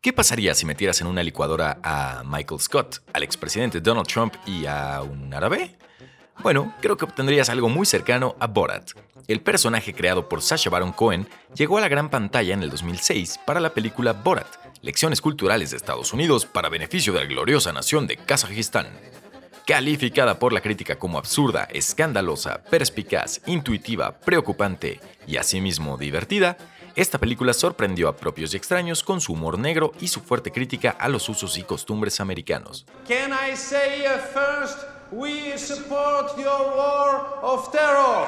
¿Qué pasaría si metieras en una licuadora a Michael Scott, al expresidente Donald Trump y a un árabe? Bueno, creo que obtendrías algo muy cercano a Borat. El personaje creado por Sacha Baron Cohen llegó a la gran pantalla en el 2006 para la película Borat, Lecciones Culturales de Estados Unidos para beneficio de la gloriosa nación de Kazajistán. Calificada por la crítica como absurda, escandalosa, perspicaz, intuitiva, preocupante y asimismo divertida, esta película sorprendió a propios y extraños con su humor negro y su fuerte crítica a los usos y costumbres americanos. Can I say uh, first we support your war of terror?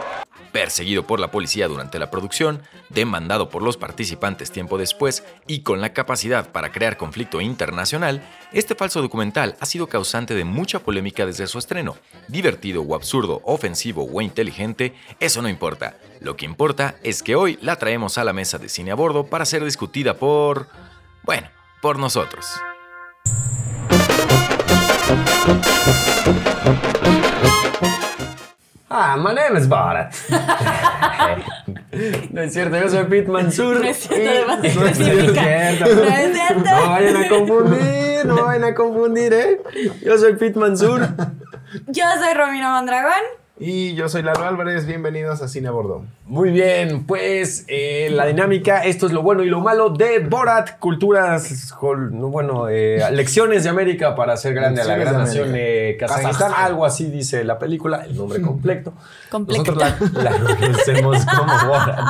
Perseguido por la policía durante la producción, demandado por los participantes tiempo después y con la capacidad para crear conflicto internacional, este falso documental ha sido causante de mucha polémica desde su estreno. Divertido o absurdo, ofensivo o inteligente, eso no importa. Lo que importa es que hoy la traemos a la mesa de cine a bordo para ser discutida por... bueno, por nosotros. Ah, my name is Borat. no es cierto, yo soy Pete Mansur. No es cierto, además, No es especifica. cierto. No es cierto. No vayan a confundir, no vayan a confundir, ¿eh? Yo soy Pete Mansur. Yo soy Romina Mondragón. Y yo soy Lalo Álvarez, bienvenidos a Cine a Bordo. Muy bien, pues eh, la dinámica, esto es lo bueno y lo malo de Borat, culturas, jol- no, bueno, eh, lecciones de América para ser grande a la gran Lecciones de nación de América. Kazajistán, Kazajstán. algo así dice la película, el nombre completo. Completo. Nosotros la, la conocemos como Borat.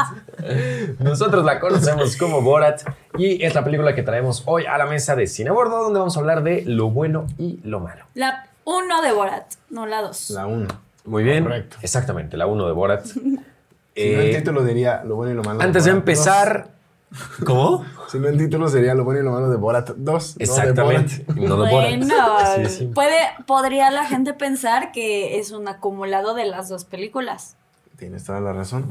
Nosotros la conocemos como Borat y es la película que traemos hoy a la mesa de Cine a Bordo, donde vamos a hablar de lo bueno y lo malo. La 1 de Borat, no la 2. La 1. Muy bien, Correcto. exactamente, la 1 de Borat. Si no el Eh, título diría Lo bueno y lo malo. Antes de Borat empezar. ¿Cómo? 2. Si no el título sería Lo bueno y lo malo de Borat 2. Exactamente. No de Borat. Bueno, Sí, sí. puede, podría la gente pensar que es un acumulado de las dos películas. Tienes toda la razón.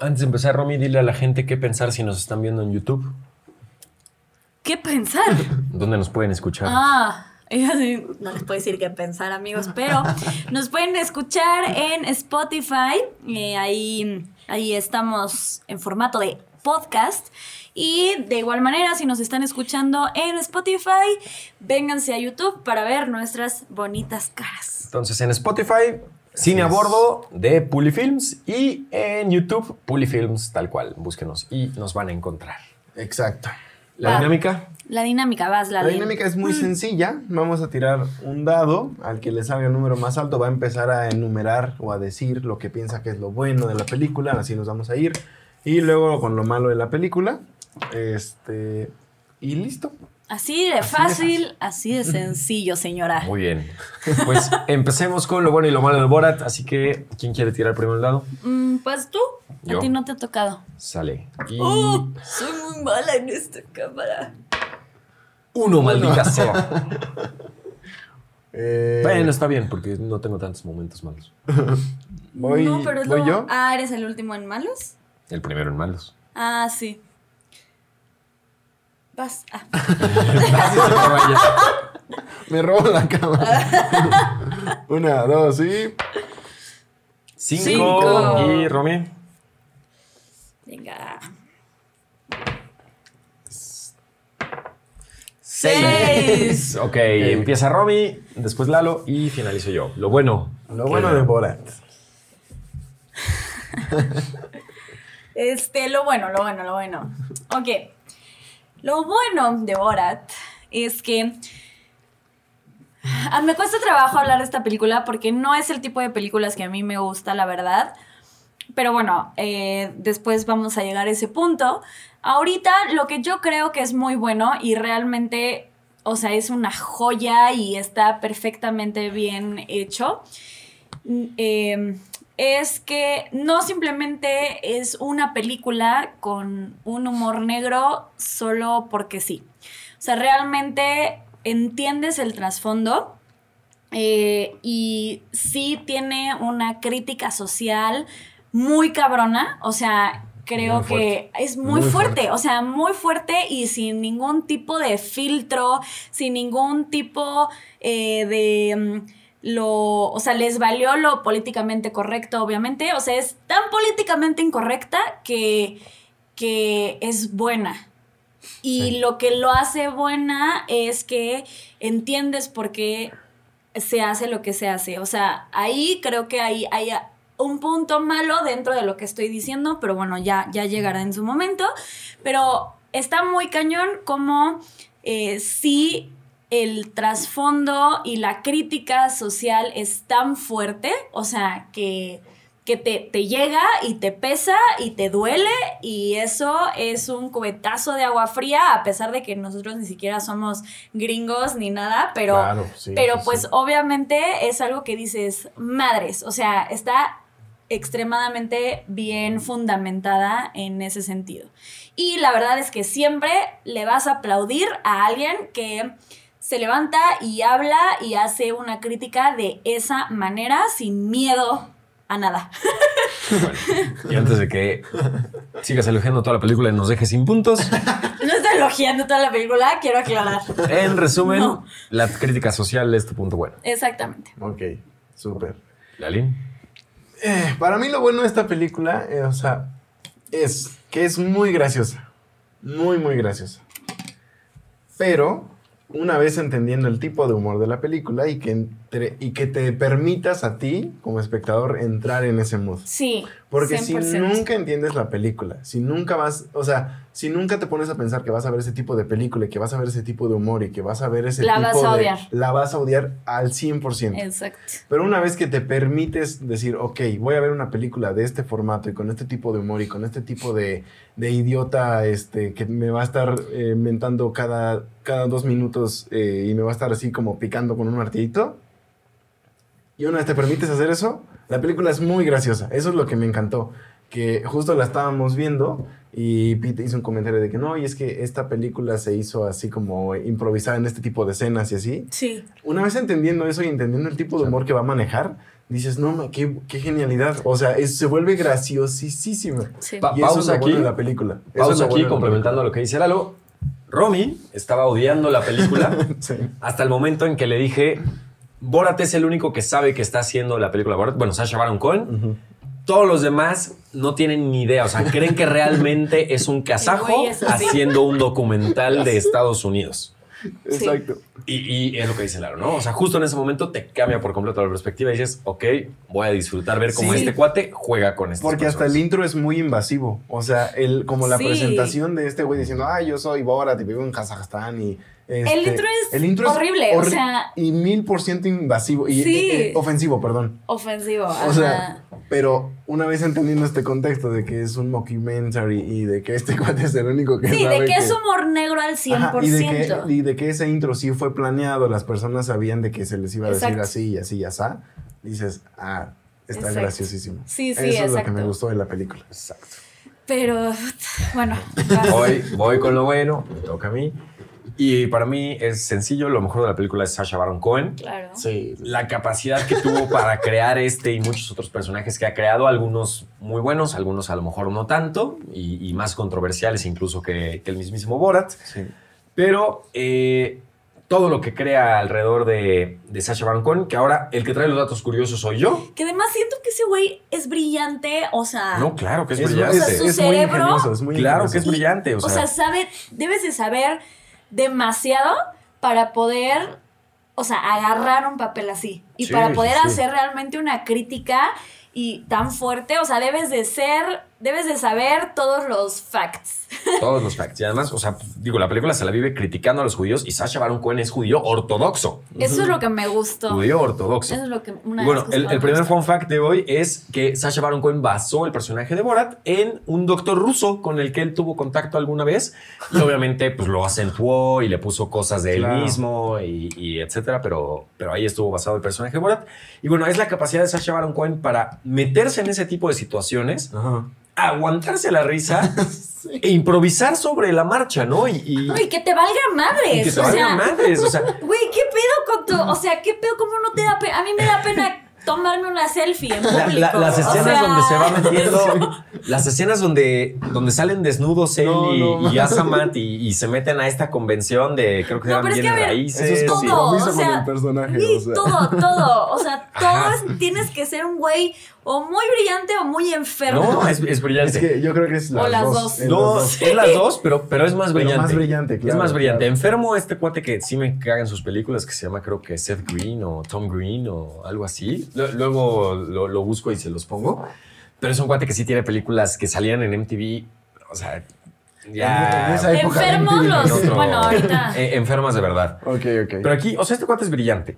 Antes de empezar, Romy, dile a la gente qué pensar si nos están viendo en YouTube. ¿Qué pensar? ¿Dónde nos pueden escuchar? Ah, iba a decir- no les puedo decir qué pensar, amigos, pero nos pueden escuchar en Spotify. eh, ahí, ahí estamos en formato de podcast. Y de igual manera, si nos están escuchando en Spotify, vénganse a YouTube para ver nuestras bonitas caras. Entonces, en Spotify, Cine a Bordo de Pulifilms y en YouTube, Pulifilms, tal cual. Búsquenos y nos van a encontrar. Exacto. ¿La Va. dinámica? La dinámica, vas, la, La dinámica es muy sencilla. Vamos a tirar un dado. Al que le salga el número más alto va a empezar a enumerar o a decir lo que piensa que es lo bueno de la película. Así nos vamos a ir. Y luego con lo malo de la película. Este. Y listo. Así de fácil, así de sencillo, señora. Muy bien. Pues empecemos con lo bueno y lo malo de Borat. Así que, ¿quién quiere tirar primero el dado? Mm, pues tú, Yo. a ti no te ha tocado. Sale. Y Oh, soy muy mala en esta cámara. uno, maldita sea. Eh, Bueno, está bien, porque no tengo tantos momentos malos. voy, no, pero es voy lo- yo. Ah, ¿eres el último en malos? El primero en malos. Ah, sí. Vas. Ah. Me robo la cámara. Una, dos y. Cinco. Cinco. Y Romy. Venga. Seis. Ok, empieza Romy, después Lalo y finalizo yo. Lo bueno. Lo bueno de Borat. Este, lo bueno, lo bueno, lo bueno. Ok. Lo bueno de Borat es que. Ah, Me cuesta trabajo hablar de esta película porque no es el tipo de películas que a mí me gusta, la verdad. Pero bueno, eh, después vamos a llegar a ese punto. Ahorita lo que yo creo que es muy bueno y realmente, o sea, es una joya y está perfectamente bien hecho, eh, es que no simplemente es una película con un humor negro solo porque sí. O sea, realmente entiendes el trasfondo. eh, y sí tiene una crítica social muy cabrona. O sea, creo Muy que es muy, Muy fuerte. fuerte. O sea, muy fuerte y sin ningún tipo de filtro, sin ningún tipo eh, de. mm, lo, o sea, les valió lo políticamente correcto, obviamente. O sea, es tan políticamente incorrecta que, que es buena. Y lo que lo hace buena es que entiendes por qué se hace lo que se hace. O sea, ahí creo que hay, hay un punto malo dentro de lo que estoy diciendo, pero bueno, ya, ya llegará en su momento. Pero está muy cañón como eh, si el trasfondo y la crítica social es tan fuerte, o sea, que, que te, te llega y te pesa y te duele y eso es un cubetazo de agua fría, a pesar de que nosotros ni siquiera somos gringos ni nada, pero, Claro, sí, pero sí, pues sí. obviamente es algo que dices, madres, o sea, está extremadamente bien fundamentada en ese sentido. Y la verdad es que siempre le vas a aplaudir a alguien que se levanta y habla y hace una crítica de esa manera sin miedo a nada. Y antes de que sigas elogiando toda la película y nos dejes sin puntos, No estoy elogiando toda la película, quiero aclarar. en resumen, No. la crítica social es tu punto bueno. Exactamente. Ok, súper. Lali. Eh, para mí lo bueno de esta película, eh, o sea, es que es muy graciosa. Muy, muy graciosa. Pero, una vez entendiendo el tipo de humor de la película y que, entre- y que te permitas a ti, como espectador, entrar en ese mood. Sí. Porque 100%. si nunca entiendes la película, si nunca vas, o sea, si nunca te pones a pensar que vas a ver ese tipo de película y que vas a ver ese tipo de humor y que vas a ver ese La tipo vas a de- odiar. La vas a odiar al 100%. Exacto. Pero una vez que te permites decir, ok, voy a ver una película de este formato y con este tipo de humor y con este tipo de, de idiota este, que me va a estar eh, mentando cada, cada dos minutos eh, y me va a estar así como picando con un martillito. Y una vez te permites hacer eso, la película es muy graciosa. Eso es lo que me encantó. Que justo la estábamos viendo y Pete hizo un comentario de que no, y es que esta película se hizo así como improvisada en este tipo de escenas y así Sí. una vez entendiendo eso y entendiendo el tipo de humor que va a manejar, dices, no, ma, qué, qué genialidad. O sea, es- se vuelve graciosísima. Sí. Pa- Y eso es Pausa lo bueno aquí. de la película. Eso es Pausa lo aquí, bueno de la complementando lo que dice Lalo. Romy estaba odiando la película película. Sí. hasta el momento en que le dije, Borat es el único que sabe que está haciendo la película Borat. Bueno, Sasha Baron Cohen. Todos los demás no tienen ni idea. O sea, creen que realmente es un kazajo güey es así. haciendo un documental de Estados Unidos. Exacto. Y, y es lo que dice Laro, ¿no? O sea, justo en ese momento te cambia por completo la perspectiva y dices, ok, voy a disfrutar ver cómo Sí. este cuate juega con este. Porque hasta el intro es muy invasivo. O sea, el, como la Sí. presentación de este güey diciendo, ah, yo soy Borat y vivo en Kazajstán y... este, El intro es horrible, o sea- Y mil por ciento invasivo. Y, Sí. eh, eh, ofensivo, perdón. Ofensivo. O sea, ajá. pero una vez entendiendo este contexto de que es un mockumentary y de que este cuate es el único que sí, sabe de que es humor negro al 100%. Ajá, y, de que, y de que ese intro sí fue planeado, las personas sabían de que se les iba a decir Exacto. así y así y así. Dices, ah, está Exacto. graciosísimo. Sí, sí, Eso es lo que exacto. me gustó de la película. Exacto. Pero, bueno. vas. Voy, voy con lo bueno, me toca a mí. Y para mí es sencillo, lo mejor de la película es Sasha Baron Cohen. Claro. Sí. la capacidad que tuvo para crear este y muchos otros personajes que ha creado, algunos muy buenos, algunos a lo mejor no tanto y, y más controversiales incluso que, que el mismísimo Borat. Pero eh, todo lo que crea alrededor de, de Sacha Baron Cohen, que ahora el que trae los datos curiosos soy yo. Que además siento que ese güey es brillante, o sea. No, claro que es, Es, brillante. es- su es muy cerebro- ingenioso, es muy claro que es ingenioso. brillante. O o sea, sea, sabe, debes de saber demasiado para poder, o sea, agarrar un papel así. Y Sí, para sí, poder sí. hacer realmente una crítica y tan fuerte, o sea, debes de ser, debes de saber todos los facts. todos los facts. Y además, o sea, digo, la película se la vive criticando a los judíos y Sacha Baron Cohen es judío ortodoxo. Eso es lo que me gustó. Judío ortodoxo. Eso es lo que una Y bueno, de las cosas el, que el me primer gustó. fun fact de hoy es que Sasha Baron Cohen basó el personaje de Borat en un doctor ruso con el que él tuvo contacto alguna vez y obviamente pues lo acentuó y le puso cosas de él Claro. mismo y, y etcétera, pero, pero ahí estuvo basado el personaje de Borat. Y bueno, es la capacidad de Sasha Baron Cohen para meterse en ese tipo de situaciones Ajá. aguantarse la risa e improvisar sobre la marcha, ¿no? Y, y- Uy, que te valga madres. y que te o valga sea, madres, o sea, Güey, ¿qué pedo con tu.? O sea, ¿qué pedo? ¿Cómo no te da pena? A mí me da pena tomarme una selfie en La- público. la- las o escenas sea, donde se va metiendo, las escenas donde, donde salen desnudos él No, y, no, y Azamat y, y se meten a esta convención de creo que No, eran pero es que bienes a ver, raíces. Eso es y- todo, compromiso o sea, con el personaje. Sí, o sea. todo, todo. O sea, todo Ajá. es- tienes que ser un güey o muy brillante o muy enfermo. no, es, es brillante. Es que yo creo que es las, O las dos. dos. es no, las dos. es las dos, pero, pero es más Pero brillante. más brillante, claro, Es más brillante. claro. Enfermo este cuate que sí me caga en sus películas, que se llama creo que Seth Green o Tom Green o algo así. Lo- Luego lo, lo busco y se los pongo. Pero es un cuate que sí tiene películas que salían en MTV. O sea, ya. En esa época Enfermos de MTV. los- en otro- bueno, ahorita. eh, enfermas de verdad. Ok, ok. Pero aquí, o sea, este cuate es brillante.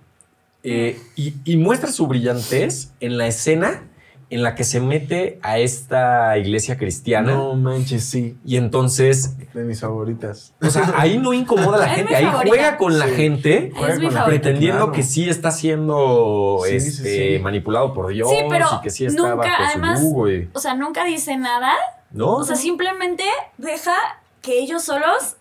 Eh, y, y muestra su brillantez en la escena en la que se mete a esta iglesia cristiana. no manches, sí. Y entonces, De mis favoritas. o sea, ahí no incomoda a la Es mi gente, ahí favorita. juega con la gente, Es mi Con la favorita. pretendiendo Claro. que sí está siendo Sí, sí, este, sí. manipulado por Dios Sí, pero y que sí está nunca, bajo además- su yugo. y- O sea, nunca dice nada. ¿No? O sea, simplemente deja que ellos solos,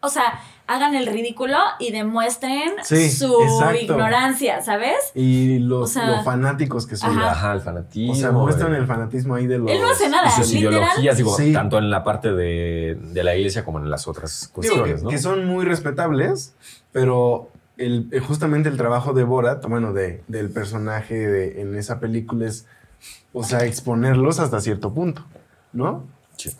o sea, hagan el ridículo y demuestren Sí, su exacto. ignorancia, ¿sabes? Y los, O sea, lo fanáticos que son. Ajá, el fanatismo. O sea, muestran eh, el fanatismo ahí de los. Él no hace nada. y sus literal. ideologías, digo, Sí. tanto en la parte de, de la iglesia como en las otras Digo, que, cuestiones, Pues ¿no? que son muy respetables, pero el, eh, justamente el trabajo de Borat, bueno, de, del personaje de- en esa película es, o sea, exponerlos hasta cierto punto, ¿no? Sí.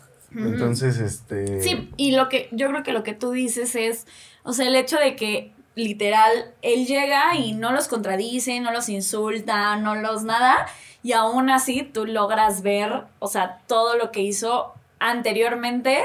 Entonces, este... Sí, y lo que yo creo que lo que tú dices es, o sea, el hecho de que literal él llega y no los contradice, no los insulta, no los nada, y aún así tú logras ver, o sea, todo lo que hizo anteriormente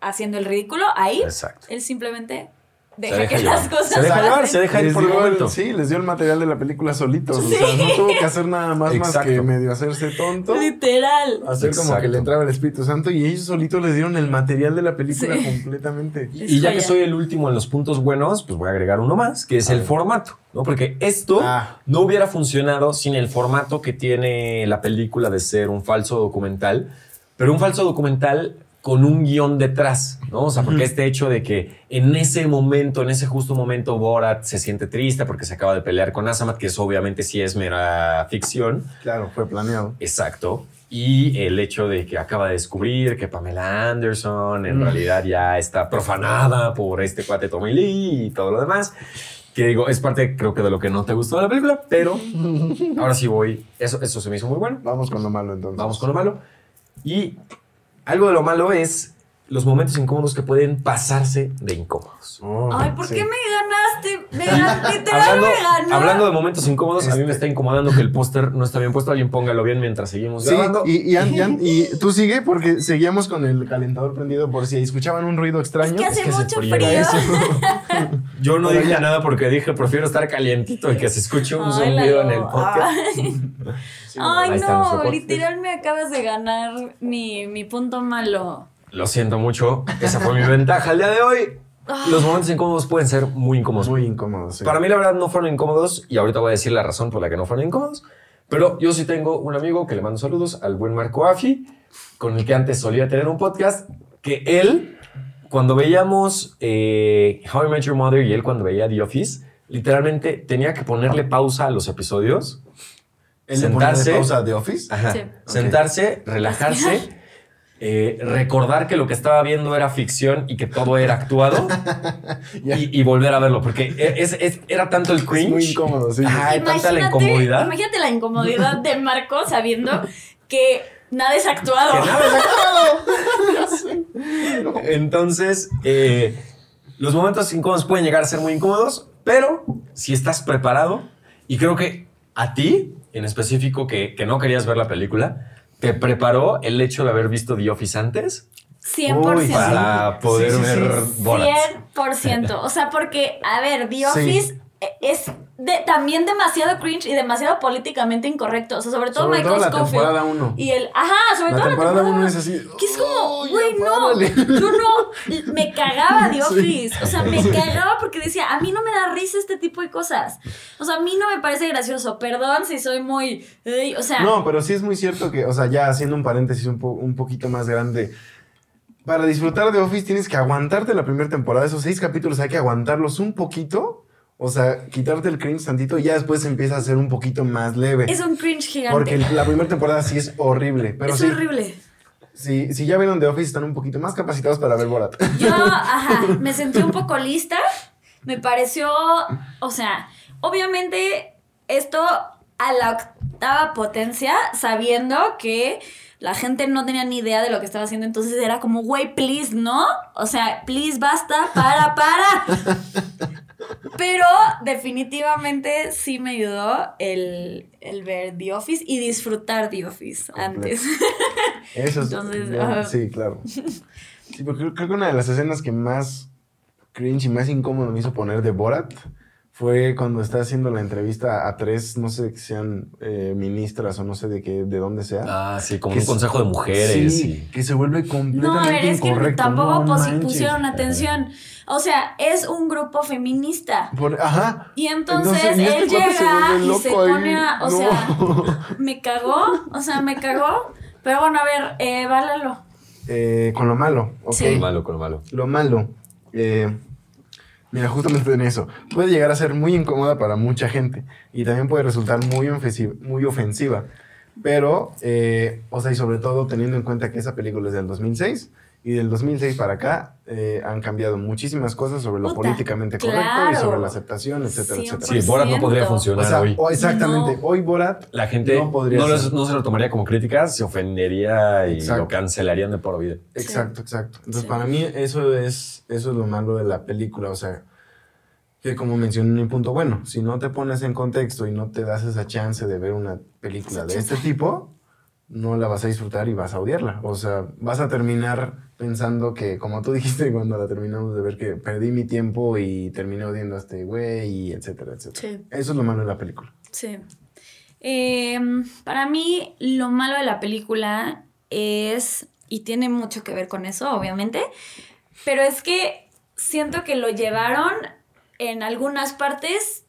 haciendo el ridículo, ahí Exacto. él simplemente deja, Se deja que llevar. las cosas Se deja pasen. llevar, se deja ir Les por el dio el- momento. sí, les dio el material de la película solitos. O sea, no tuvo que hacer nada más más Exacto. que medio hacerse tonto. Literal. Ah, Hacer como que Exacto. le entraba el Espíritu Santo y ellos solitos les dieron el material de la película Sí. completamente. Y ya que Joya. soy el último en los puntos buenos, pues voy a agregar uno más, que es el formato, ¿no? Porque esto Ah. no hubiera funcionado sin el formato que tiene la película de ser un falso documental, pero un falso documental con un guión detrás, ¿no? O sea, porque este hecho de que en ese momento, en ese justo momento, Borat se siente triste porque se acaba de pelear con Azamat, que eso obviamente sí es mera ficción. Claro, fue planeado. Exacto. Y el hecho de que acaba de descubrir que Pamela Anderson en Mm. realidad ya está profanada por este cuate Tommy Lee y todo lo demás. Que digo, es parte creo que de lo que no te gustó de la película, pero ahora sí voy. Eso, eso se me hizo muy bueno. Vamos con lo malo entonces. Vamos con lo malo. Y algo de lo malo es los momentos incómodos que pueden pasarse de incómodos. Ay, ¿por Oh, Sí. qué me ganaste? Me gan- literal Hablando, me ganó. hablando de momentos incómodos, a mí Este- me está incomodando que el póster no está bien puesto. Alguien póngalo bien mientras seguimos Sí, grabando. y, y an- y an- y tú sigue porque seguíamos con el calentador prendido por si escuchaban un ruido extraño. que hace es que se ¿eh? mucho frío. frío. Eso. Yo no Ahora dije ya. nada porque dije, prefiero estar calientito y que se escuche un Ay, zumbido en Lalo, el podcast. ay. Sí, Ay, Ahí está nuestro no, podcast. literal me acabas de ganar mi, mi punto malo. Lo siento mucho, esa fue mi ventaja el día de hoy. Los momentos incómodos pueden ser muy incómodos. Muy incómodo, sí. Para mí la verdad no fueron incómodos y ahorita voy a decir la razón por la que no fueron incómodos. Pero yo sí tengo un amigo que le mando saludos al buen Marco Afi, con el que antes solía tener un podcast, que él, cuando veíamos eh, How I Met Your Mother y él cuando veía The Office, literalmente tenía que ponerle pausa a los episodios Él le ponía de sentarse. pausa de Office. Ajá. Sí. Sentarse, relajarse, eh, recordar que lo que estaba viendo era ficción y que todo era actuado Ya. y, y volver a verlo, porque e, es- es- era tanto el Es cringe. muy incómodo, sí. Ajá. Hay tanta la incomodidad. Imagínate la incomodidad de Marco sabiendo que nada es actuado. Que nada es actuado. Entonces, eh, los momentos incómodos pueden llegar a ser muy incómodos, pero si estás preparado, y creo que a ti, en específico, que, que no querías ver la película, te preparó el hecho de haber visto The Office antes 100%. Uy, para Sí, poder sí, sí, ver sí. Borat. 100%. O sea, porque, a ver, The Sí. Office es de- también demasiado cringe y demasiado políticamente incorrecto. O sea, sobre todo Sobre todo Michael la Scofield. temporada uno. Y el. Ajá, sobre La todo temporada la temporada uno uno. es así, Que es como, "Oye, güey, no. párale". Yo no. Me cagaba The Office. O sea, me cagaba porque decía, a mí no me da risa este tipo de cosas. O sea, a mí no me parece gracioso. Perdón si soy muy. ey, o sea. No, pero sí es muy cierto que, o sea, ya haciendo un paréntesis un, po- un poquito más grande. Para disfrutar de Office tienes que aguantarte la primera temporada, esos seis capítulos hay que aguantarlos un poquito. O sea, quitarte el cringe tantito y ya después empieza a ser un poquito más leve. Es un cringe gigante. Porque la primera temporada sí es horrible. Pero es sí, horrible. Si, si ya vieron The Office, están un poquito más capacitados para ver Borat. Yo, ajá, me sentí un poco lista. Me pareció, o sea, obviamente esto a la octava potencia, sabiendo que la gente no tenía ni idea de lo que estaba haciendo, entonces era como, güey, please, ¿no? O sea, please, basta, para, para. Pero definitivamente sí me ayudó el, el ver The Office y disfrutar The Office antes. Eso es. Entonces, ya, ajá. Sí, claro. Sí, pero creo, creo que una de las escenas que más cringe y más incómodo me hizo poner de Borat fue cuando está haciendo la entrevista a tres, no sé que sean eh, ministras o no sé de qué, de dónde sea. Ah, sí, como Que un es- consejo de mujeres. Sí, y- que se vuelve No, a completamente ver, es que incorrecto. tampoco No posi- manches. pusieron atención. O sea, es un grupo feminista. Por- ajá. Y entonces, y este él cuate llega vuelve y se loco ahí. pone a. O No. sea, me cagó. O sea, me cagó. Pero bueno, a ver, eh, válalo. Eh, con lo malo. ok. Sí. Con malo, con malo. Lo malo. eh, mira, justamente en eso. Puede llegar a ser muy incómoda para mucha gente y también puede resultar muy ofensiva. Muy ofensiva. Pero, eh, o sea, y sobre todo teniendo en cuenta que esa película es del 2006 y del 2006 para acá eh, han cambiado muchísimas cosas sobre lo Puta, políticamente correcto y claro. sobre la aceptación, etcétera, Sí, etcétera. Por Borat no podría cierto. O funcionar sea, hoy. o- exactamente. No. Hoy Borat La gente No no, podría lo- ser. no se lo tomaría como crítica, se ofendería y Exacto. lo cancelarían de por vida. Sí. Exacto, exacto. Entonces, Sí. para mí, eso es, eso es lo malo de la película. O sea, que como mencioné en mi punto, bueno, si no te pones en contexto y no te das esa chance de ver una película Esa de chance. este tipo, no la vas a disfrutar y vas a odiarla. O sea, vas a terminar pensando que, como tú dijiste cuando la terminamos de ver, que perdí mi tiempo y terminé odiando a este güey y etcétera, etcétera. Sí. Eso es lo malo de la película. Sí. Em, para mí, lo malo de la película es, y tiene mucho que ver con eso, obviamente, pero es que siento que lo llevaron en algunas partes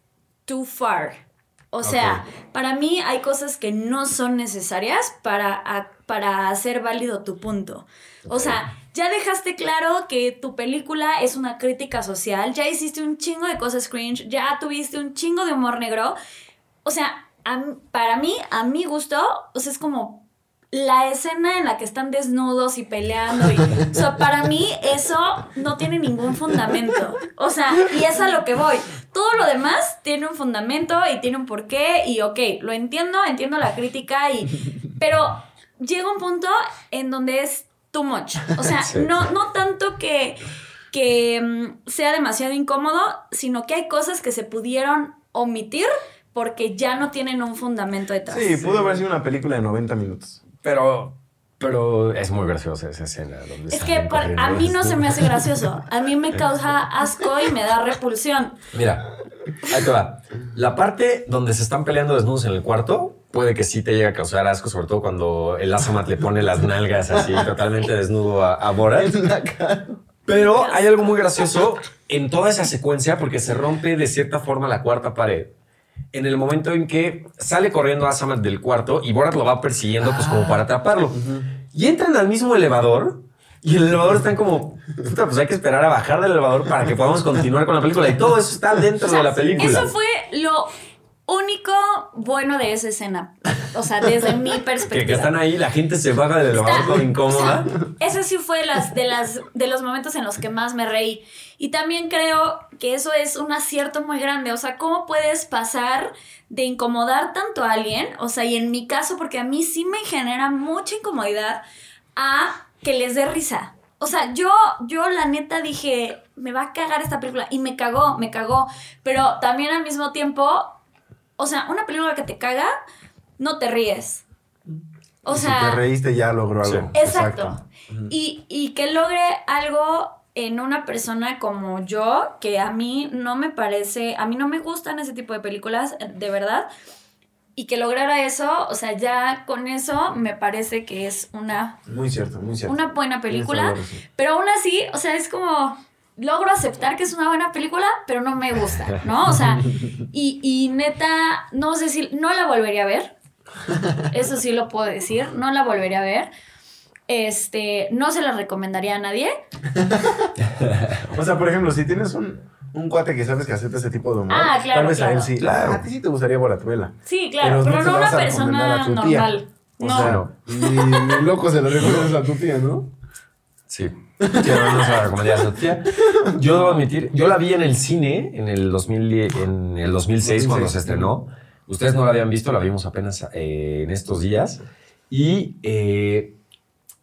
too far. O sea, para mí hay cosas que no son necesarias para, a- para hacer válido tu punto. O sea, ya dejaste claro que tu película es una crítica social, ya hiciste un chingo de cosas cringe, ya tuviste un chingo de humor negro. O sea, a m- para mí, a mi gusto, o sea, es como la escena en la que están desnudos y peleando. Y, o sea, para mí eso no tiene ningún fundamento. O sea, y es a lo que voy. Todo lo demás tiene un fundamento y tiene un porqué y ok, lo entiendo, entiendo la crítica y... Pero llega un punto en donde es too much. O sea, Sí. no, no tanto que, que mm, sea demasiado incómodo, sino que hay cosas que se pudieron omitir porque ya no tienen un fundamento detrás. Sí, pudo haber sido una película de 90 minutos. Pero, pero es muy graciosa esa escena. donde Es salen que por- corriendo a mí no desnudos. se me hace gracioso. A mí me causa asco y me da repulsión. Mira, ahí te va. La parte donde se están peleando desnudos en el cuarto puede que sí te llegue a causar asco, sobre todo cuando el Azamat le pone las nalgas así totalmente desnudo a, a Borat. Pero hay algo muy gracioso en toda esa secuencia porque se rompe de cierta forma la cuarta pared. En el momento en que sale corriendo Azamat del cuarto y Borat lo va persiguiendo pues como para atraparlo. Ah, Y entran al mismo elevador y el elevador están como, puta, pues hay que esperar a bajar del elevador para que podamos continuar con la película. Y todo eso está dentro O sea, de la película. Eso fue lo único bueno de esa escena. O sea, desde mi que, perspectiva. que están ahí, la gente se baja del elevador toda incómoda. Ese sí fue de las, de, las, de los momentos en los que más me reí. Y también creo que eso es un acierto muy grande. O sea, ¿cómo puedes pasar de incomodar tanto a alguien? O sea, y en mi caso, porque a mí sí me genera mucha incomodidad, a que les dé risa. O sea, yo, yo la neta dije, me va a cagar esta película. Y me cagó, me cagó. Pero también al mismo tiempo, o sea, una película que te caga, no te ríes. O Y sea, si te reíste, ya logró Sí. algo. Exacto. Y, y que logre algo en una persona como yo, que a mí no me parece, a mí no me gustan ese tipo de películas, eh, de verdad. Y que lograra eso, o sea, ya con eso me parece que es una, Muy cierto, muy cierto. una buena Tienes película. toda la razón. Pero aún así, o sea, es como logro aceptar que es una buena película, pero no me gusta, ¿no? O sea, y, y neta, no sé si no la volvería a ver. Eso sí lo puedo decir, no la volvería a ver. Este, no se la recomendaría a nadie. O sea, por ejemplo, si tienes un, un cuate que sabes que acepta ese tipo de humor. Ah, claro, Tal vez a claro. él sí. Claro. A ti sí te gustaría Boratmela. Sí, claro, Pero no pero se no lo una vas a recomendar persona a tu tía. normal. O no. sea, ni, ni loco se lo recuerdas a tu tía, ¿no? Sí. Yo no se la recomendaría a su tía. Yo debo admitir, yo la vi en el cine en el, 2000, y- en el 2006 cuando se estrenó. Ustedes no la habían visto, la vimos apenas eh, en estos días. Y eh,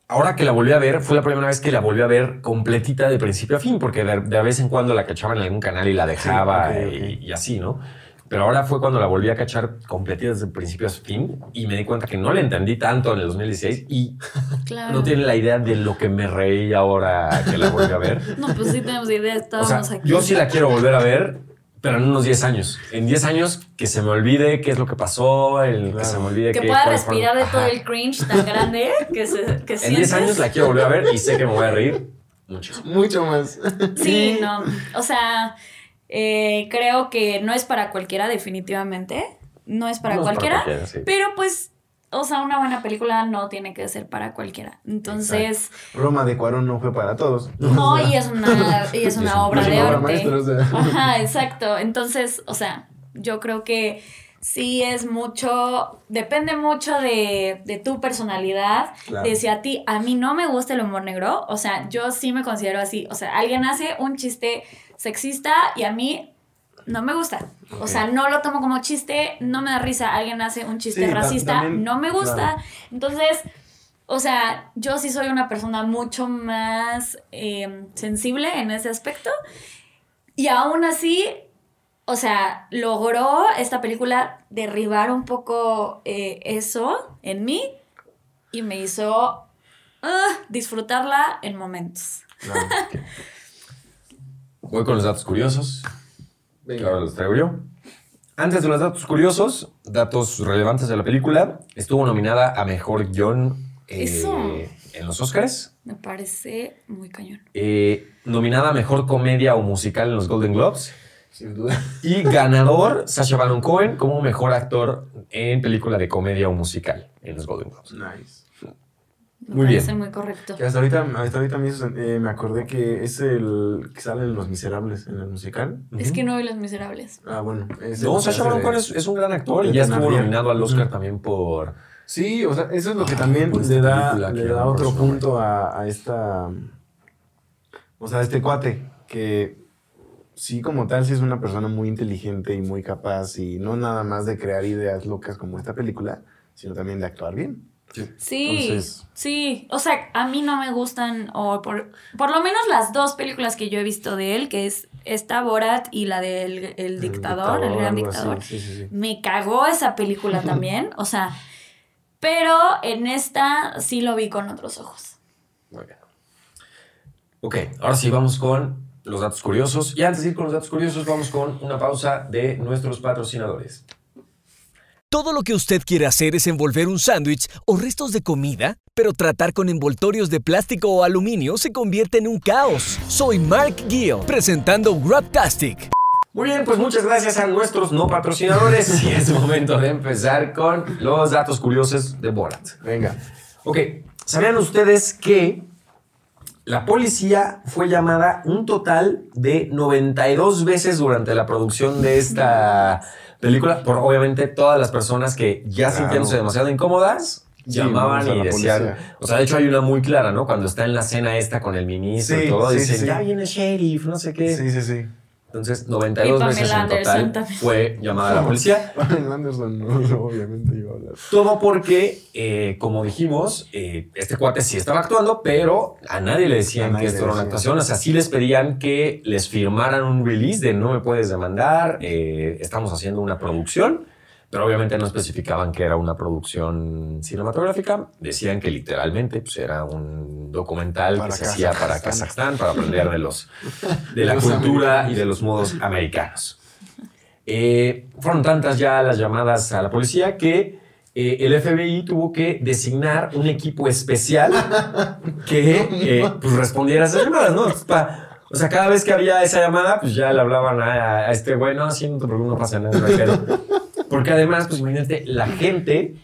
ahora que la volví a ver, fue la primera vez que la volví a ver completita de principio a fin, porque de, de vez en cuando la cachaba en algún canal y la dejaba ok, eh, Y, así, ¿no? Pero ahora fue cuando la volví a cachar completita desde principio a fin y me di cuenta que no la entendí tanto en el 2016 y claro. no tienen la idea de lo que me reí ahora que la volví a ver. No, pues sí tenemos idea, O sea, estábamos aquí. yo sí la quiero volver a ver, pero en unos 10 años. En 10 años que se me olvide qué es lo que pasó, el que Claro. se me olvide que qué- pueda cuáles fueron- respirar de todo Ajá. el cringe tan grande que, se, que En 10 sientes. años la quiero volver a ver y sé que me voy a reír muchísimo. Mucho más. Sí, no. O sea, eh, creo que no es para cualquiera, definitivamente. No es para No es para cualquiera. cualquiera, sí. Pero pues, o sea, una buena película no tiene que ser para cualquiera. Entonces, Roma de Cuarón no fue para todos. no, y es una, y es una obra es de una obra arte. maestra, o sea. Ajá, exacto. Entonces, o sea, yo creo que sí es mucho, depende mucho de, de tu personalidad, Claro. de si a ti, a mí no me gusta el humor negro, o sea, yo sí me considero así, o sea, alguien hace un chiste sexista y a mí... No me gusta. O sea, no lo tomo como chiste, no me da risa. Alguien hace un chiste Sí, ta- racista, también, no me gusta. claro. Entonces, o sea, yo sí soy una persona mucho más eh, sensible en ese aspecto. Y aún así, o sea, logró esta película derribar un poco eh, eso en mí y me hizo ah, disfrutarla en momentos. Voy con los datos curiosos. Venga. Claro, los traigo yo. Antes de los datos curiosos, datos relevantes de la película, estuvo nominada a Mejor Guión eh, Eso. en los Oscars. Me parece muy cañón. eh, nominada a Mejor Comedia o Musical en los Golden Globes. Sin duda. Y ganador, Sacha Baron Cohen, como mejor actor en película de comedia o musical en los Golden Globes. Nice. Me Muy parece bien. muy correcto. Que hasta ahorita, hasta ahorita me, hizo sen- eh, me acordé que es el que sale en Los Miserables, en el musical. Es que no vi Los Miserables. Ah, bueno. Es No, el- Sacha Baron Cohen es, es un gran actor y ya estuvo nominado al Oscar también por. Sí, o sea, eso es lo que Ah, también pues, le da, película le que da no otro resuelve. punto a, a esta. O sea, a este cuate que sí, como tal, sí es una persona muy inteligente y muy capaz y no nada más de crear ideas locas como esta película, sino también de actuar bien. Sí, Entonces- sí. O sea, a mí no me gustan, o por, por lo menos las dos películas que yo he visto de él, que es esta Borat y la del el dictador, el gran algo así, dictador. Sí, sí, sí. Me cagó esa película también, o sea, pero en esta sí lo vi con otros ojos. Muy bien. Ok, ahora sí, vamos con los datos curiosos. Y antes de ir con los datos curiosos, vamos con una pausa de nuestros patrocinadores. Todo lo que usted quiere hacer es envolver un sándwich o restos de comida, pero tratar con envoltorios de plástico o aluminio se convierte en un caos. Soy Mark Gill, presentando Grabtastic. Muy bien, pues muchas gracias a nuestros no patrocinadores. y es momento de empezar con los datos curiosos de Borat. Venga. Ok, ¿sabían ustedes que la policía fue llamada un total de 92 veces durante la producción de esta película? Por obviamente todas las personas que ya Claro. sintiéndose demasiado incómodas. Sí, llamaban vamos a y la decían, policía. o sea, de hecho hay una muy clara, ¿no? Cuando está en la cena esta con el ministro y Sí, todo, sí, dicen, sí. ya viene el sheriff, no sé qué. Sí, sí, sí. Entonces, Y 92 Pamela veces en Anderson total también. fue llamada la policía. Brian Anderson, no, obviamente iba a hablar. Todo porque, eh, como dijimos, eh, este cuate sí estaba actuando, pero a nadie le decían A nadie que esto le era una decían. actuación. O sea, sí les pedían que les firmaran un release de no me puedes demandar, eh, estamos haciendo una producción, pero obviamente no especificaban que era una producción cinematográfica. Decían que literalmente pues, era un documental Para que se hacía para Kazajstán, para aprender de, los, de la Los cultura americanos. y de los modos americanos. Eh, fueron tantas ya las llamadas a la policía que eh, el FBI tuvo que designar un equipo especial que eh, pues, respondiera a esas llamadas, ¿no? Pues, pa- o sea, cada vez que había esa llamada, pues ya le hablaban a, a este güey, no, sí, no te preocupes, no pasa nada, no hay pedo". Porque además, pues imagínate, la gente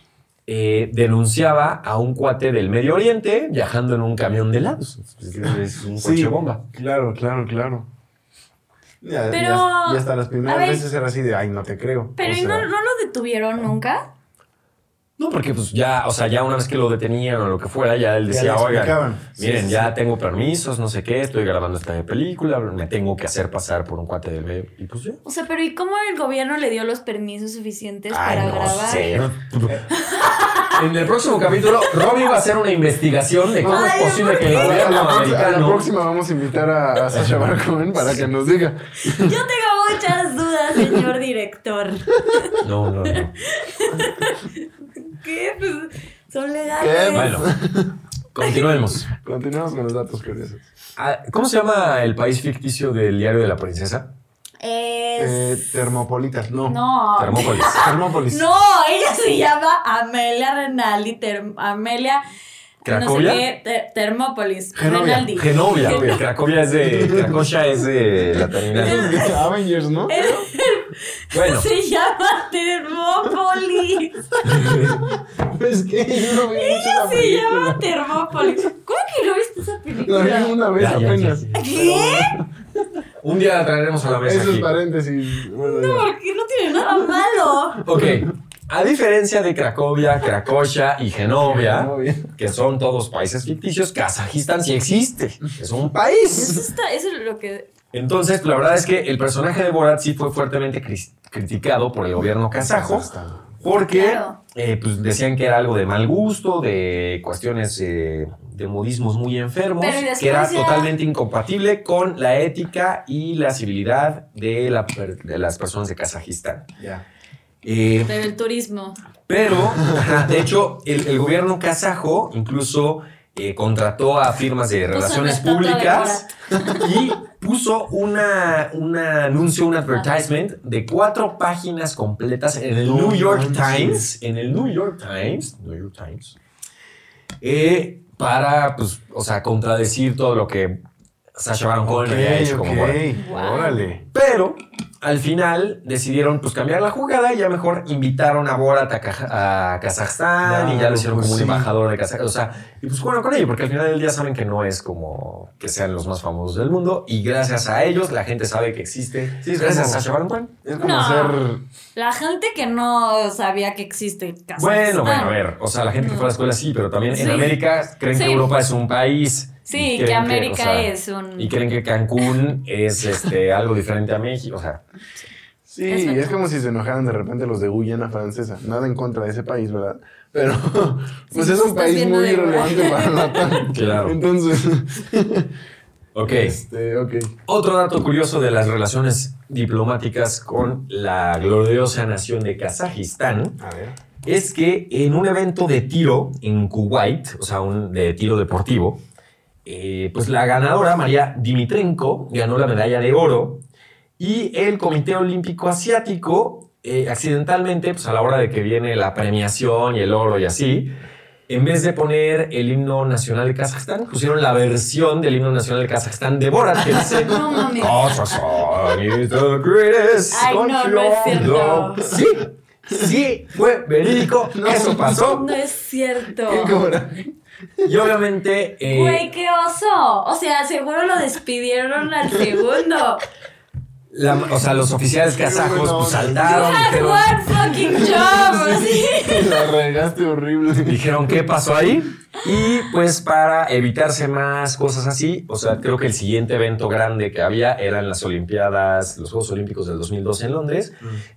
eh, denunciaba a un cuate del Medio Oriente viajando en un camión de helados. Es, es un coche bomba. Claro, claro, claro. Ya, Pero- ya- ya hasta las primeras a ver. veces era así de, ay, no te creo. Pero O ¿y sea, no, no lo detuvieron nunca? No, porque pues ya, o sea, ya una vez que lo detenían o lo que fuera, ya él Ya decía, le oigan, explicaban". miren, Sí, sí, ya tengo permisos, no sé qué, estoy grabando esta película, me tengo que hacer pasar por un cuate del B. Y pues ya. O sea, pero ¿y cómo el gobierno le dio los permisos suficientes Ay, para no grabar? sé. En el próximo capítulo, Robbie va a hacer una investigación de cómo es Ay, posible que el A la, a la gobierno próxima- a la americano... próxima vamos a invitar a, a Sasha Baron Cohen para que nos diga. Yo tengo muchas dudas, señor director. No, no, no. ¿Qué? Pues, son legales. ¿Qué? Bueno, continuemos. Continuamos con los datos curiosos. Ah, ¿Cómo se llama el país ficticio del diario de la princesa? Eh, Es... termopolitas, no. no. Termópolis. Termópolis. No, ella se llama Amelia Renaldi, Ter- Amelia... ¿Cracovia? No sé qué, Ter- Termópolis. Genovia. Renaldi. Genovia. Genovia. Cracovia es de... Cracovia es de la terminal. Avengers, ¿no? Eh. Bueno, Se llama Termópolis. Es que yo no vi mucho Ella la se llama película. Termópolis. ¿Cómo que no viste esa película? La vi una vez Ya, ya, apenas. ya, ¿Qué? un día la traeremos a la mesa Eso es aquí. paréntesis. Bueno, ya. Porque no tiene nada malo. Ok. A diferencia de Cracovia, Cracovia y Genovia, Genovia. que son todos países ficticios, Kazajistán sí existe. Es un país. Eso, está, eso es lo que. Entonces, la verdad es que el personaje de Borat sí fue fuertemente cris- criticado por el gobierno kazajo porque Claro. eh, pues decían que era algo de mal gusto, de cuestiones eh, de modismos muy enfermos, Pero y después que era ya- totalmente incompatible con la ética y la civilidad de, la per- de las personas de Kazajistán. Ya. Eh, Pero el turismo. pero, ajá, de hecho, el, el gobierno kazajo incluso eh, contrató a firmas de relaciones una estatua públicas y puso una, un anuncio, un advertisement de cuatro páginas completas en el No New York manches. Times, en el New York Times, New York Times, eh, para, pues, o sea, contradecir todo lo que Sacha Baron Cohen había hecho Ok, como Borat. ok. Wow. Órale. Pero al final decidieron pues cambiar la jugada y ya mejor invitaron a Borat a, Kaj- a Kazajstán y ya Claro, lo hicieron pues como un sí. embajador de Kazajstán. O sea, y pues bueno con ello, porque al final del día saben que no es como que sean los más famosos del mundo y gracias a ellos la gente sabe que existe. Sí, es gracias como- a Sacha Baron Cohen. Es como No. hacer. La gente que no sabía que existe Ah, el Bueno, Kazajstán. bueno, a ver, o sea, la gente que fue a la escuela sí, pero también en Sí. América creen Sí. que Europa es un país. Sí, y que creen América o sea, es un- Y creen que Cancún es este, algo diferente a México, o sea... Sí, Es verdad. es como si se enojaran de repente los de Guyana Francesa. Nada en contra de ese país, ¿verdad? Pero, pues Sí, pues es un estás país viendo muy de irrelevante Guyana. para Natal. Claro. Entonces, Ok. este, ok. Otro dato curioso de las relaciones diplomáticas con la gloriosa nación de Kazajistán A ver. es que en un evento de tiro en Kuwait, o sea, un de tiro deportivo, eh, pues la ganadora María Dimitrenko ganó la medalla de oro y el Comité Olímpico Asiático eh, accidentalmente, pues a la hora de que viene la premiación y el oro y así, en vez de poner el himno nacional de Kazajstán, pusieron la versión del himno nacional de Kazajstán de Borat, que dice... No mames. Kazakhstan is the greatest Ay, no, no country es of cierto. love. Sí, sí, fue verídico, eso pasó. No es cierto. ¿Qué cobra? Y obviamente, eh, Güey, qué oso. O sea, seguro lo despidieron al segundo. la- o sea, los oficiales kazajos bueno. pues, saltaron, Had dijeron, one fucking job. sí. La regaste horrible. dijeron, qué pasó ahí. Y pues para evitarse más cosas así, o sea, creo que el siguiente evento grande que había eran las Olimpiadas, los Juegos Olímpicos del 2012 en Londres,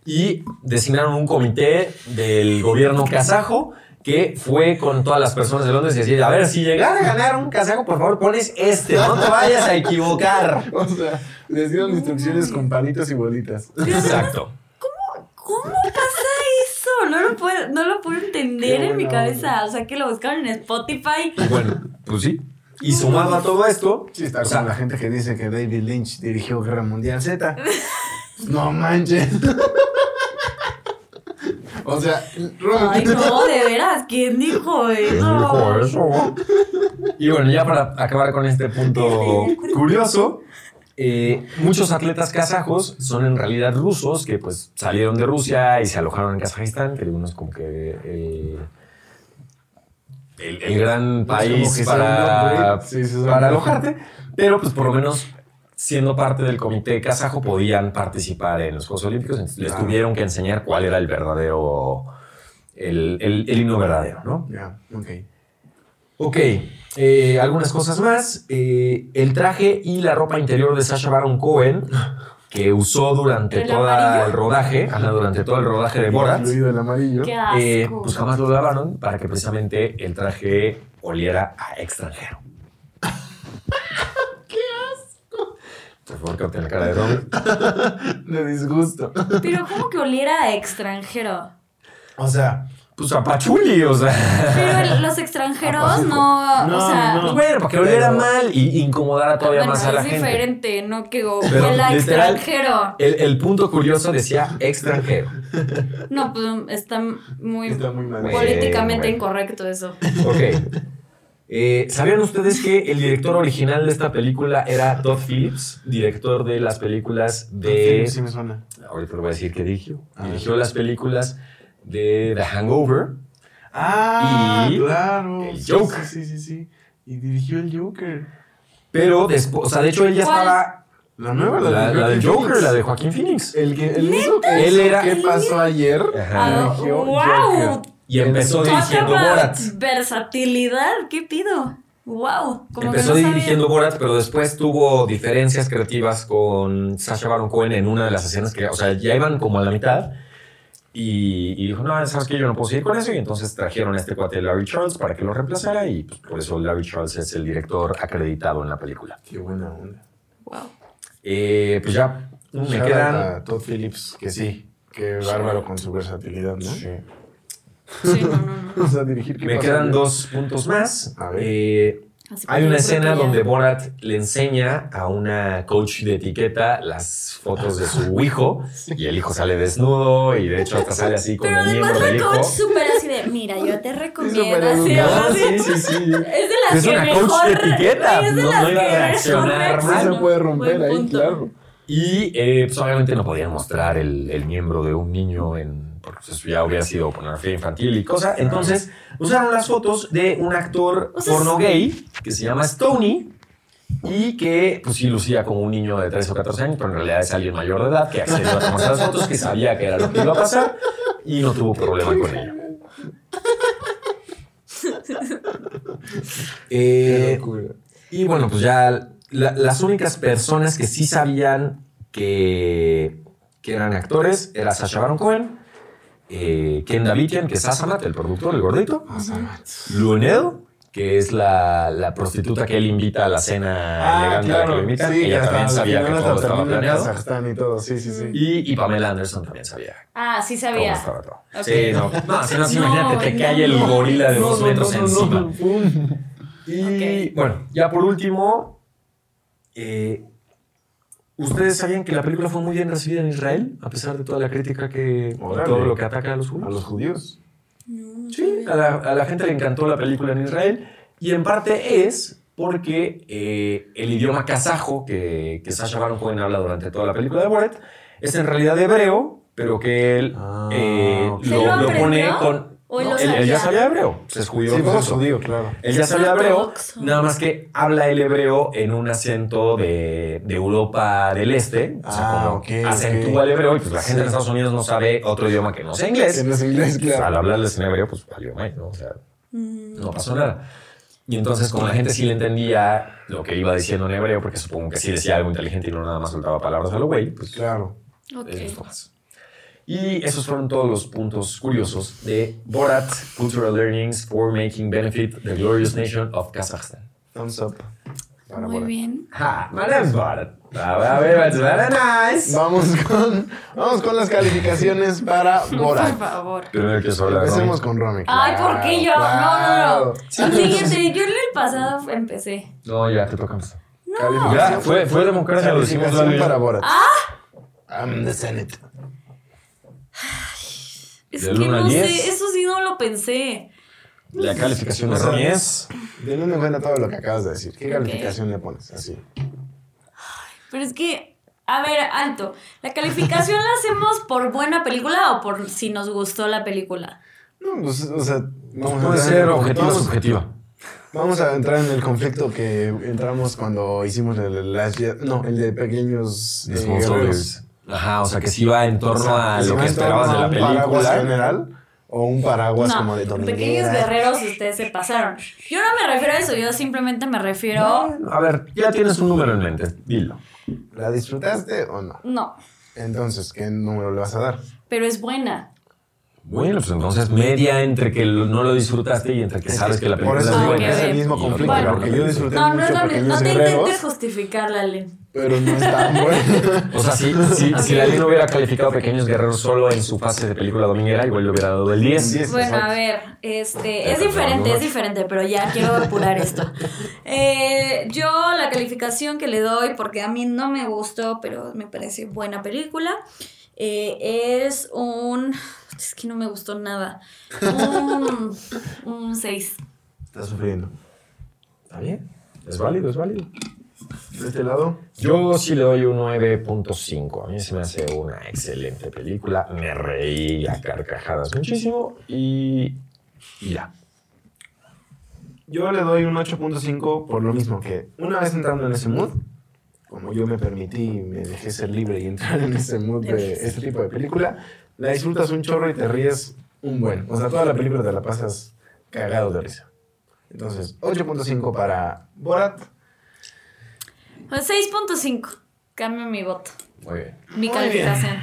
y designaron un comité del gobierno kazajo que fue con todas las personas de Londres y decía, a ver, si llegara a ganar un kazajo, por favor, pones este, no te vayas a equivocar. O sea, les dieron instrucciones con palitos y bolitas. Exacto. ¿Cómo pasa eso? No lo puedo, no lo puedo entender Qué en mi buena cabeza. O sea, que lo buscaron en Spotify. Y Bueno, pues sí. Y sumado a todo esto, Sí, está o sea, como la gente que dice que David Lynch dirigió Guerra Mundial Z. No manches. O sea, Rob, Ay, no, de veras, ¿quién dijo Dijo eso? eso. Y bueno, ya para acabar con este punto curioso, eh, muchos atletas kazajos son en realidad rusos que pues salieron de Rusia y se alojaron en Kazajistán, que uno es como que eh, el, el gran como país que son un para, upgrade. Sí, sí, son para un- alojarte, pero pues por lo menos siendo parte del comité kazajo, podían participar en los Juegos Olímpicos. Entonces, les Ah. tuvieron que enseñar cuál era el verdadero, el, el, el himno verdadero, ¿no? Ya, ok. Ok, eh, algunas cosas más. Eh, el traje y la ropa interior de Sasha Baron Cohen, que usó durante ¿El todo amarillo? el rodaje, ajá, durante todo el rodaje de Borat, Incluido el amarillo. Qué eh, asco. pues jamás lo lavaron para que precisamente el traje oliera a extranjero. ¡Qué asco! Por favor, capten la cara de Don. De disgusto. Pero ¿cómo que oliera a extranjero? O sea, Pues a Pachuli, o sea. Pero el- los Ah, pues, extranjeros no, No, o sea, no. Bueno, para que oliera mal y incomodara todavía bueno, más a la es gente. diferente, no que Pero, huela a literal, extranjero. El, el punto curioso decía extranjero. No, pues está muy está muy mal. Bueno. políticamente bueno. incorrecto eso. Ok. Eh, ¿Sabían ustedes que el director original de esta película era Todd Phillips, director de las películas de. Sí, sí Ah. me suena. Ahorita lo voy a decir que dirigió. Dirigió las películas de The Hangover. Ah, Y claro. el Sí, Joker. Sí, sí, sí, sí. Y dirigió el Joker. Pero después. O sea, de hecho, él ya ¿Cuál? estaba. La nueva, la, La, de la del Joker, Phoenix. la de Joaquín Phoenix. El que el hizo que Él hizo era- ¿Qué pasó ayer? Ajá. Ah, Dirigió wow. Joker. Y empezó Talk dirigiendo about Borat. Versatilidad, ¿qué pido? Wow, como Empezó que no sabía. dirigiendo Borat, pero después tuvo diferencias creativas con Sasha Baron Cohen en una de las escenas que, o sea, ya iban como a la mitad. Y, y dijo, no, sabes que yo no puedo seguir con eso. Y entonces trajeron a este cuate Larry Charles para que lo reemplazara. Y pues, por eso Larry Charles es el director acreditado en la película. Qué buena onda. Wow. Eh, pues ya me Shout out quedan. a Todd Phillips, que sí. Qué bárbaro con su versatilidad, ¿no? Sí. Sí, no, no, no. O sea, dirigir ¿qué Me pasó quedan ayer? dos puntos más. A ver. Eh, Así Hay que una yo creo escena que ya- donde Borat le enseña a una coach de etiqueta las fotos de su hijo y el hijo sale desnudo y de hecho hasta sale así con Pero el miembro además del la hijo. coach súper así de, mira, yo te recomiendo. súper así, educada, No, así. sí, sí, sí. Es de las Es que una coach mejor. de etiqueta, es de no- las no iba a que mejor reaccionar Sí mal. Ah, se reaccionó. puede romper Buen ahí, punto. claro. Y eh, pues obviamente no podían mostrar el, el miembro de un niño en, porque eso ya hubiera sido pornografía infantil y cosa. Entonces usaron las fotos de un actor O sea, porno gay que se llama Stoney y que pues sí lucía como un niño de 13 o 14 años, pero en realidad es alguien mayor de edad que accedió a tomarse las fotos, que sabía que era lo que iba a pasar y no tuvo problema con ello. Qué Eh, locura. y bueno, pues ya la- las únicas personas que sí sabían que, que eran actores era Sacha Baron Cohen, eh, Ken Davidian, que es Azamat, el productor, el gordito, Lunel, que es la, la prostituta que él invita a la cena Ah, elegante a la que claro. lo invitan, Sí, ella hasta también al sabía que final todo hasta estaba termina en planeado. Kazajstán y todo, sí, sí, sí. Y, y Pamela Anderson también sabía Ah, sí cómo sabía. estaba todo. Ok. Sí, no, no, si no, No, imagínate, te no, cae el no. gorila de No, dos no, metros no, no, encima. no, pum. Y Ok. bueno, ya por último, eh, ¿ustedes sabían que la película fue muy bien recibida en Israel? A pesar de toda la crítica que. o Órale. todo lo que ataca a los A judíos. los judíos. Sí, a la, a la gente le encantó la película en Israel. Y en parte es porque eh, el idioma kazajo que, que Sasha Baron Cohen habla durante toda la película de Borat es en realidad hebreo, pero que él Ah, eh, ok. ¿Él lo, lo lo pone aprendió? con. ¿O él no, lo él, él ya sabía? sabía hebreo. pues es judío. Sí, pues es ortodoxo. judío, claro. Él ya Es sabía hebreo, ortodoxo. nada más que habla el hebreo en un acento de, de Europa del Este. O sea, Ah, como ok, acentúa ok. el hebreo y pues la gente Sí. en Estados Unidos no sabe otro idioma que no sea inglés. Que no es inglés, Pues, claro. Al hablarles en hebreo, pues valió más, ¿no? O sea, no pasó nada. Y entonces, como la gente sí le entendía lo que iba diciendo en hebreo, porque supongo que sí decía algo inteligente y no nada más soltaba palabras a lo güey, pues Claro. Ok. les gustó más. Y esos fueron todos los puntos curiosos de Borat Cultural Learnings for Making Benefit the Glorious Nation of Kazakhstan. Thumbs up. Para Muy Borat. bien. Ha, my name's Borat. Ah, ah, very, very, very nice. Vamos con, vamos con las calificaciones para Por Borat. favor. Ah. Primero que solo Empecemos con Romy. Ay, claro, ¿por qué yo? No, no, claro. no. Fíjate, yo en el pasado empecé. No, ya te toca. Ya, Calificación, fue, fue democracia, lo hicimos calificación Ah, para la Borat. Ah. I'm the Senate. Es Del que uno al no diez. sé, eso sí no lo pensé. La calificación de O sea, Ronnie es. Teniendo en cuenta todo lo que acabas de decir, ¿qué Ok. calificación le pones? Así. Pero es que, a ver, alto. ¿La calificación la hacemos por buena película o por si nos gustó la película? No, pues, o sea, vamos Puede entrar en ser lo que objetiva o vamos- subjetiva. Vamos a entrar en el conflicto que entramos cuando hicimos el, las- no, el de pequeños eh, guerreros. Ajá, o sea que sí va en torno a Si lo no que entramos esperabas de a la un paraguas película. general o un paraguas como de dominguera. pequeños guerreros ustedes se pasaron. Yo no me refiero a eso, yo simplemente me refiero... A ver, ya tienes un número en mente, dilo. ¿La disfrutaste o no? No, Entonces, ¿qué número le vas a dar? pero es buena. Bueno, pues entonces media entre que lo- no lo disfrutaste y entre que sabes que la Por película es eso digo que buena. es el mismo y- conflicto, Bueno. porque yo disfruté No, no, mucho es la misma. pequeños no te guerreros, intentes justificar la ley. pero no es tan bueno. O sea, si, si, si la ley no hubiera calificado Pequeños Guerreros solo en su fase de película dominguera, igual le hubiera dado el 10. Bueno, a ver, este, es diferente, es diferente, pero ya quiero apurar esto. Eh, yo la calificación que le doy, porque a mí no me gustó, pero me parece buena película, eh, es un... Es que no me gustó nada. Un- Un 6. Está sufriendo. Está bien, es válido, es válido. De este lado, Yo sí le doy un 9.5. A mí se me hace una excelente película. Me reí a carcajadas muchísimo y. y ya. yo le doy un 8.5 por lo mismo que una vez entrando en ese mood, como yo me permití y me dejé ser libre y entrar en ese mood de este tipo de película, la disfrutas un chorro y te ríes un buen. O sea, toda la película te la pasas cagado de risa. Entonces, 8.5 para Borat. 6.5. Cambio mi voto. Muy bien. Mi calificación.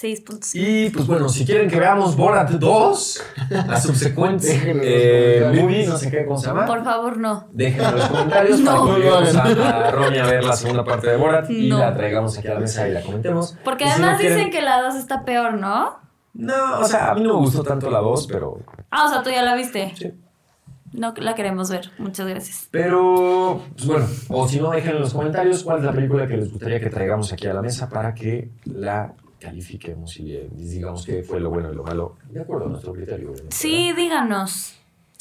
6.5. Y pues bueno, si quieren que veamos Borat 2, la subsecuente Déjenlo en los eh, comentarios. movie, no sé qué, cómo se llama. Por favor, no. Déjenlo en los comentarios No. para que lleguemos a, a Ronnie a ver la segunda parte de Borat y No. la traigamos aquí a la mesa y la comentemos. Porque Y si no además quieren- dicen que la 2 está peor, ¿no? No, o sea, a mí no me gustó tanto la 2, pero... Ah, o sea, tú ya la viste. Sí. No la queremos ver. Muchas gracias. Pero, pues bueno, o si no, dejen en los comentarios cuál es la película que les gustaría que traigamos aquí a la mesa para que la califiquemos y eh, digamos que fue lo bueno y lo malo, de acuerdo a nuestro criterio. obviamente, Sí, díganos.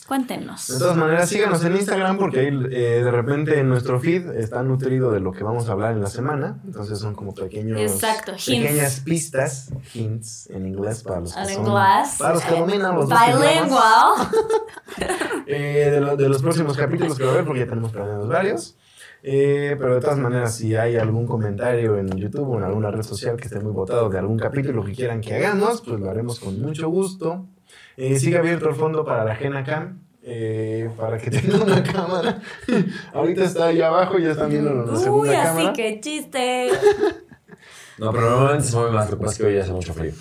Cuéntenos. De todas maneras, síganos en Instagram porque ahí eh, de repente en nuestro feed está nutrido de lo que vamos a hablar en la semana. Entonces son como pequeños, Exacto, hints. pequeñas pistas, hints en inglés para los que, En pues, son- inglés. para los que dominan los dos idiomas, Bilingual. eh, de, lo- de los próximos capítulos que va a haber porque ya tenemos planeados varios. Eh, pero de todas maneras, si hay algún comentario en YouTube o en alguna red social que esté muy votado de algún capítulo que quieran que hagamos, pues lo haremos con mucho gusto. Eh, sigue abierto el fondo para la Jena Cam, eh, para que tenga una cámara. Ahorita está ahí abajo, ya están viendo la segunda Uy, así cámara. que chiste. ¿no? No, pero normalmente se mueve más, lo que pasa es que hoy hace mucho frío.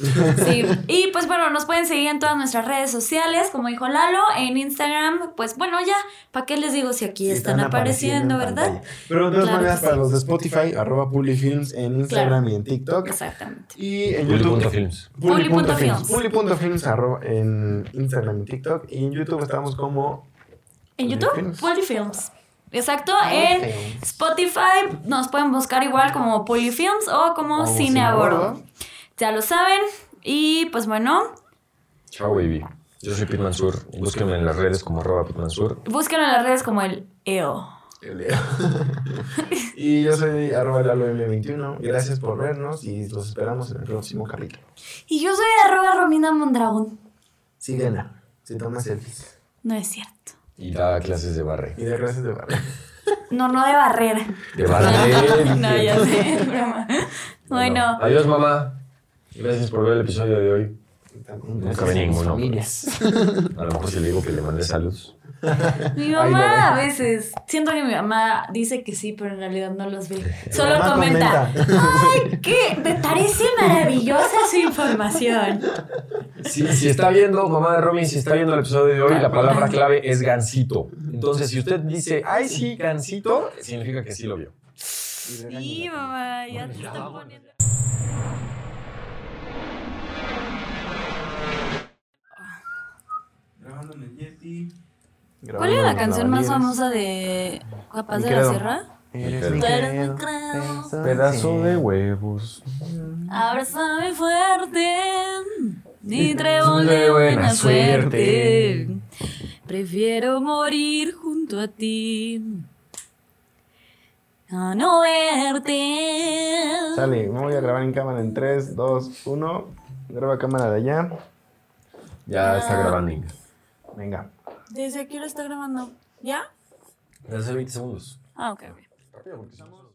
Sí. Y pues bueno, nos pueden seguir en todas nuestras redes sociales, como dijo Lalo, en Instagram. Pues bueno, ya, ¿para qué les digo si aquí están, apareciendo, en verdad? pantalla. Pero de todas Claro que maneras, sí. para los de Spotify, arroba Pulifilms en Instagram y en TikTok. Exactamente. Y en YouTube. Puli.films. Puli.films. Puli.films arro- en Instagram y TikTok. Y en YouTube estamos como. En YouTube, Polyfilms. Polyfilms. Exacto, en Spotify nos pueden buscar igual como Polyfilms o como Como Cine Cine a a Bordo. Bordo. Ya lo saben. Y pues bueno, Chao, baby. Yo soy Pit Mansur. Búsquenme en las redes como arroba Pit Mansur. búsquenlo en las redes como el E EO. y yo soy arroba Lalo M21. Gracias por vernos y los esperamos en el próximo capítulo. Y yo soy arroba Romina Mondragón. Síguela. Si tomas selfies. No es cierto. Y da clases de barre. Y de gracias de barra. No, no de barrera. De barre. No, ya sé, es broma. Bueno, Adiós, mamá. Gracias por ver el episodio de hoy. Nunca ve ninguno. A lo mejor si le digo que le mandé saludos. mi Ahí lo mamá ve. a veces, siento que mi mamá dice que sí, pero en realidad no los ve. Solo mamá comenta, ¡ay, qué! Me parece maravillosa su información. Si, si está viendo, mamá de Robin, si está viendo el episodio de hoy, la palabra clave es gansito. Entonces, si usted dice, ay, sí, gansito, significa que sí lo vio. Sí, mamá, ya te están poniendo. ¿Cuál era la canción más famosa de Capaz Mi de la credo. Sierra? Eres mi Tú eres mi credo, credo. pedazo huevos. Abrázame fuerte, ni trébol de de buena buena suerte. Prefiero morir junto a ti a no verte. Sale, me voy a grabar en cámara en 3, 2, 1. Graba cámara de allá. Ah. Ya está grabando. Venga. Desde aquí lo está grabando. ¿Ya? Hace 20 segundos. Ah, ok, ok. Rápido, porque si no-